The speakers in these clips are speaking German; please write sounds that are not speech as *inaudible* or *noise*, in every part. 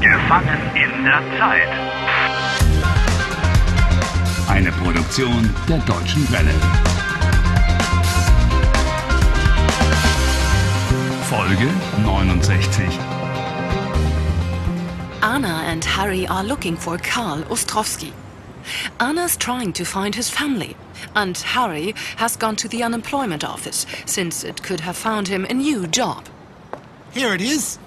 Gefangen in der Zeit. Eine Produktion der Deutschen Welle. Folge 69. Anna and Harry are looking for Karl Ostrovsky. Anna's trying to find his family, and Harry has gone to the unemployment office since it could have found him a new job. Here it is.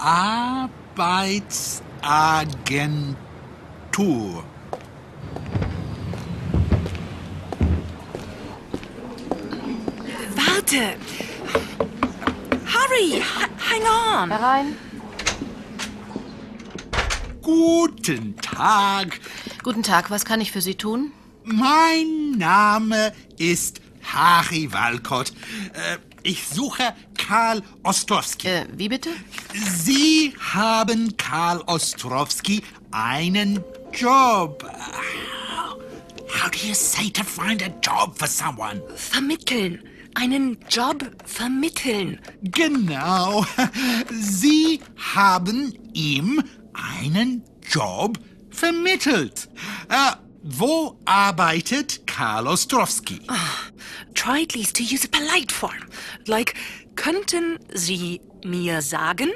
Arbeitsagentur. Warte! Harry, h- hang on! Herein. Guten Tag. Guten Tag, was kann ich für Sie tun? Mein Name ist Harry Walcott. Äh, Ich suche Karl Ostrowski. Äh, wie bitte? Sie haben Karl Ostrowski einen Job. How do you say to find a job for someone? Vermitteln. Einen Job vermitteln. Genau. Sie haben ihm einen Job vermittelt. Äh, wo arbeitet Karl Ostrowski? Try at least to use a polite form. Like, könnten Sie mir sagen?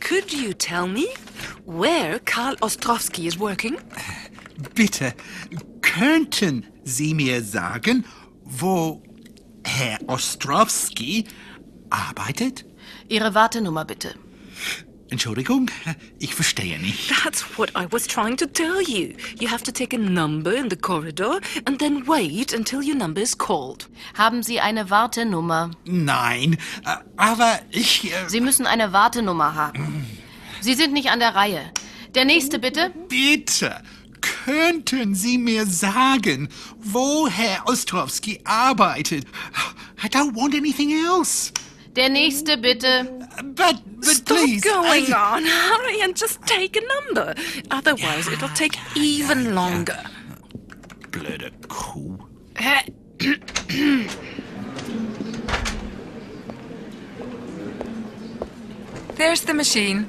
Could you tell me where Karl Ostrovsky is working? Bitte, könnten Sie mir sagen, wo Herr Ostrowski arbeitet? Ihre Wartenummer bitte. Entschuldigung, ich verstehe nicht. That's what I was trying to tell you. You have to take a number in the corridor and then wait until your number is called. Haben Sie eine Wartenummer? Nein, äh, aber ich... äh, Sie müssen eine Wartenummer haben. Sie sind nicht an der Reihe. Der nächste bitte. Bitte, könnten Sie mir sagen, wo Herr Ostrowski arbeitet? I don't want anything else. Der nächste bitte. But, but Stop please. going I- on. *laughs* Hurry and just take a number. Otherwise, it'll take even longer. Blöde Kuh. There's the machine.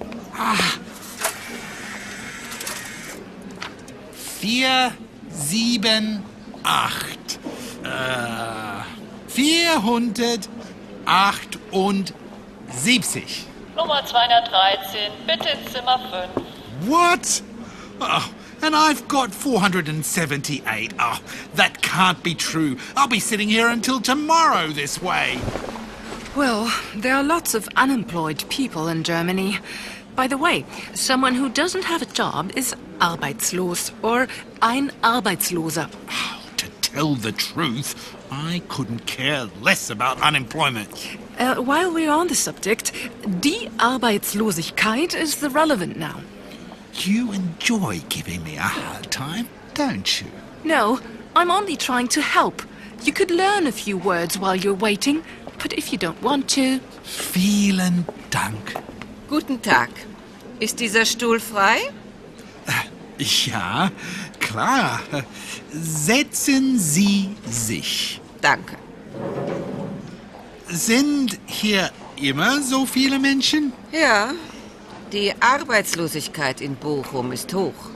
Vier, sieben, acht. Äh, 478. Nummer 213, bitte in Zimmer 5. What? Oh, and I've got 478. Oh, that can't be true. I'll be sitting here until tomorrow this way. Well, there are lots of unemployed people in Germany. By the way, someone who doesn't have a job is arbeitslos or ein Arbeitsloser. To tell the truth, I couldn't care less about unemployment. Uh, while we're on the subject, die Arbeitslosigkeit is the relevant noun. You enjoy giving me a hard time, don't you? No, I'm only trying to help. You could learn a few words while you're waiting, but if you don't want to, Vielen Dank. Guten Tag. Ist dieser Stuhl frei? Ja, klar. Setzen Sie sich. Danke. Sind hier immer so viele Menschen? Ja, die Arbeitslosigkeit in Bochum ist hoch.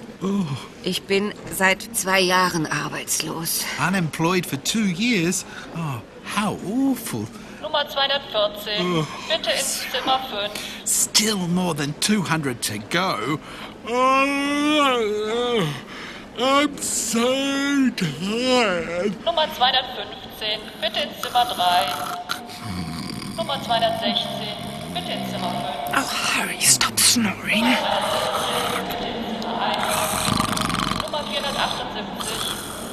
Ich bin seit zwei Jahren arbeitslos. Unemployed for two years? Oh, how awful. Oh. Nummer 214, bitte in Zimmer 5. Still more than 200 to go. Oh, I'm so tired. Nummer 215, bitte in Zimmer 3. Nummer 216, bitte in Zimmer 5. oh, hurry, stop snoring. Nummer 478,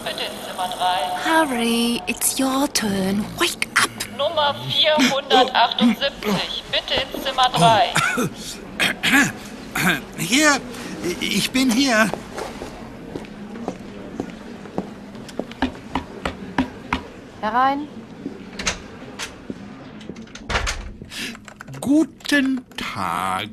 bitte in Zimmer 3. Hurry, it's your turn. Wake up. Nummer 478, bitte in Zimmer 3. Hier, ich bin hier. Herein. Guten Tag.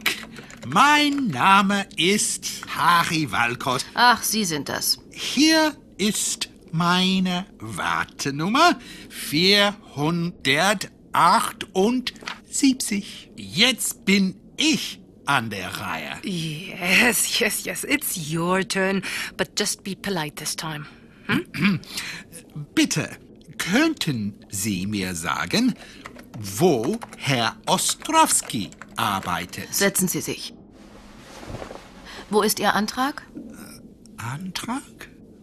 Mein Name ist Harry Walcott. Ach, Sie sind das. Hier ist meine Wartenummer 478. Jetzt bin ich an der Reihe. Yes, yes, yes, it's your turn. But just be polite this time. Bitte, könnten Sie mir sagen, wo Herr Ostrowski arbeitet? Setzen Sie sich. Wo ist Ihr Antrag? Antrag?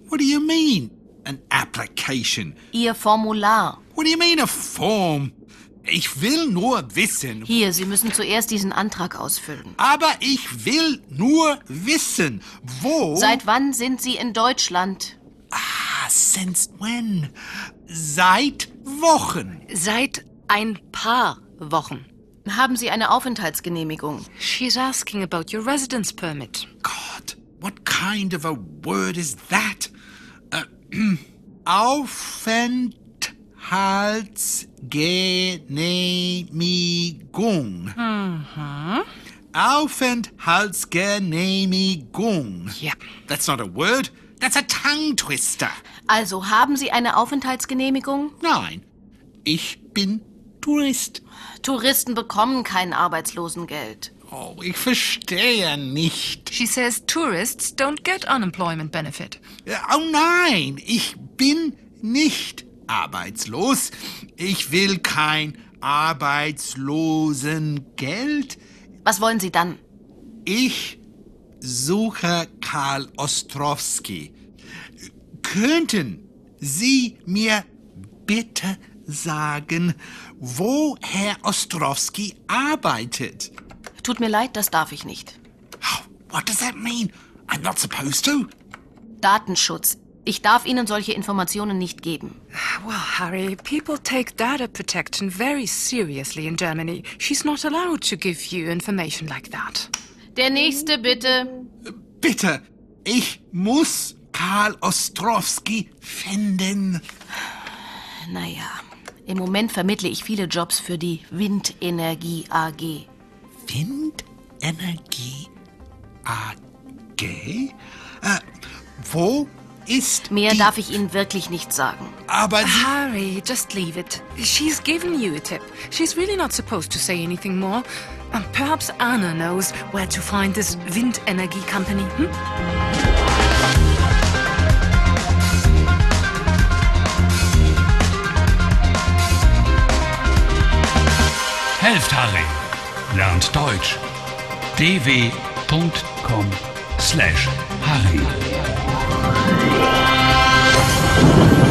What do you mean? An application? Ihr Formular. What do you mean a form? Ich will nur wissen. Hier, Sie müssen zuerst diesen Antrag ausfüllen. Aber ich will nur wissen, wo... Seit wann sind Sie in Deutschland? Since when? Seit Wochen. Seit ein paar Wochen. Haben Sie eine Aufenthaltsgenehmigung? She's asking about your residence permit. God, what kind of a word is that? Uh, *clears throat* Aufenthaltsgenehmigung. Aufenthaltsgenehmigung. Yeah. That's not a word. That's a tongue twister. Also, haben Sie eine Aufenthaltsgenehmigung? Nein, ich bin Tourist. Touristen bekommen kein Arbeitslosengeld. Oh, ich verstehe nicht. She says tourists don't get unemployment benefit. Oh nein, ich bin nicht arbeitslos. Ich will kein Arbeitslosengeld. Was wollen Sie dann? Ich suche Karl Ostrowski. Könnten Sie mir bitte sagen, wo Herr Ostrowski arbeitet? Tut mir leid, das darf ich nicht. Oh, what does that mean? I'm not supposed to. Datenschutz. Ich darf Ihnen solche Informationen nicht geben. Well, Harry, people take data protection very seriously in Germany. She's not allowed to give you information like that. Der nächste bitte. Bitte, ich muss Karl Ostrowski finden. Naja, im Moment vermittle ich viele Jobs für die Windenergie AG. Windenergie AG? Äh, wo ist Mehr die? darf ich Ihnen wirklich nicht sagen. Aber sie, Harry, just leave it. She's given you a tip. She's really not supposed to say anything more. And perhaps Anna knows where to find this Windenergie company. Hmm? Helft Harry. Lernt Deutsch. dw.com/harry.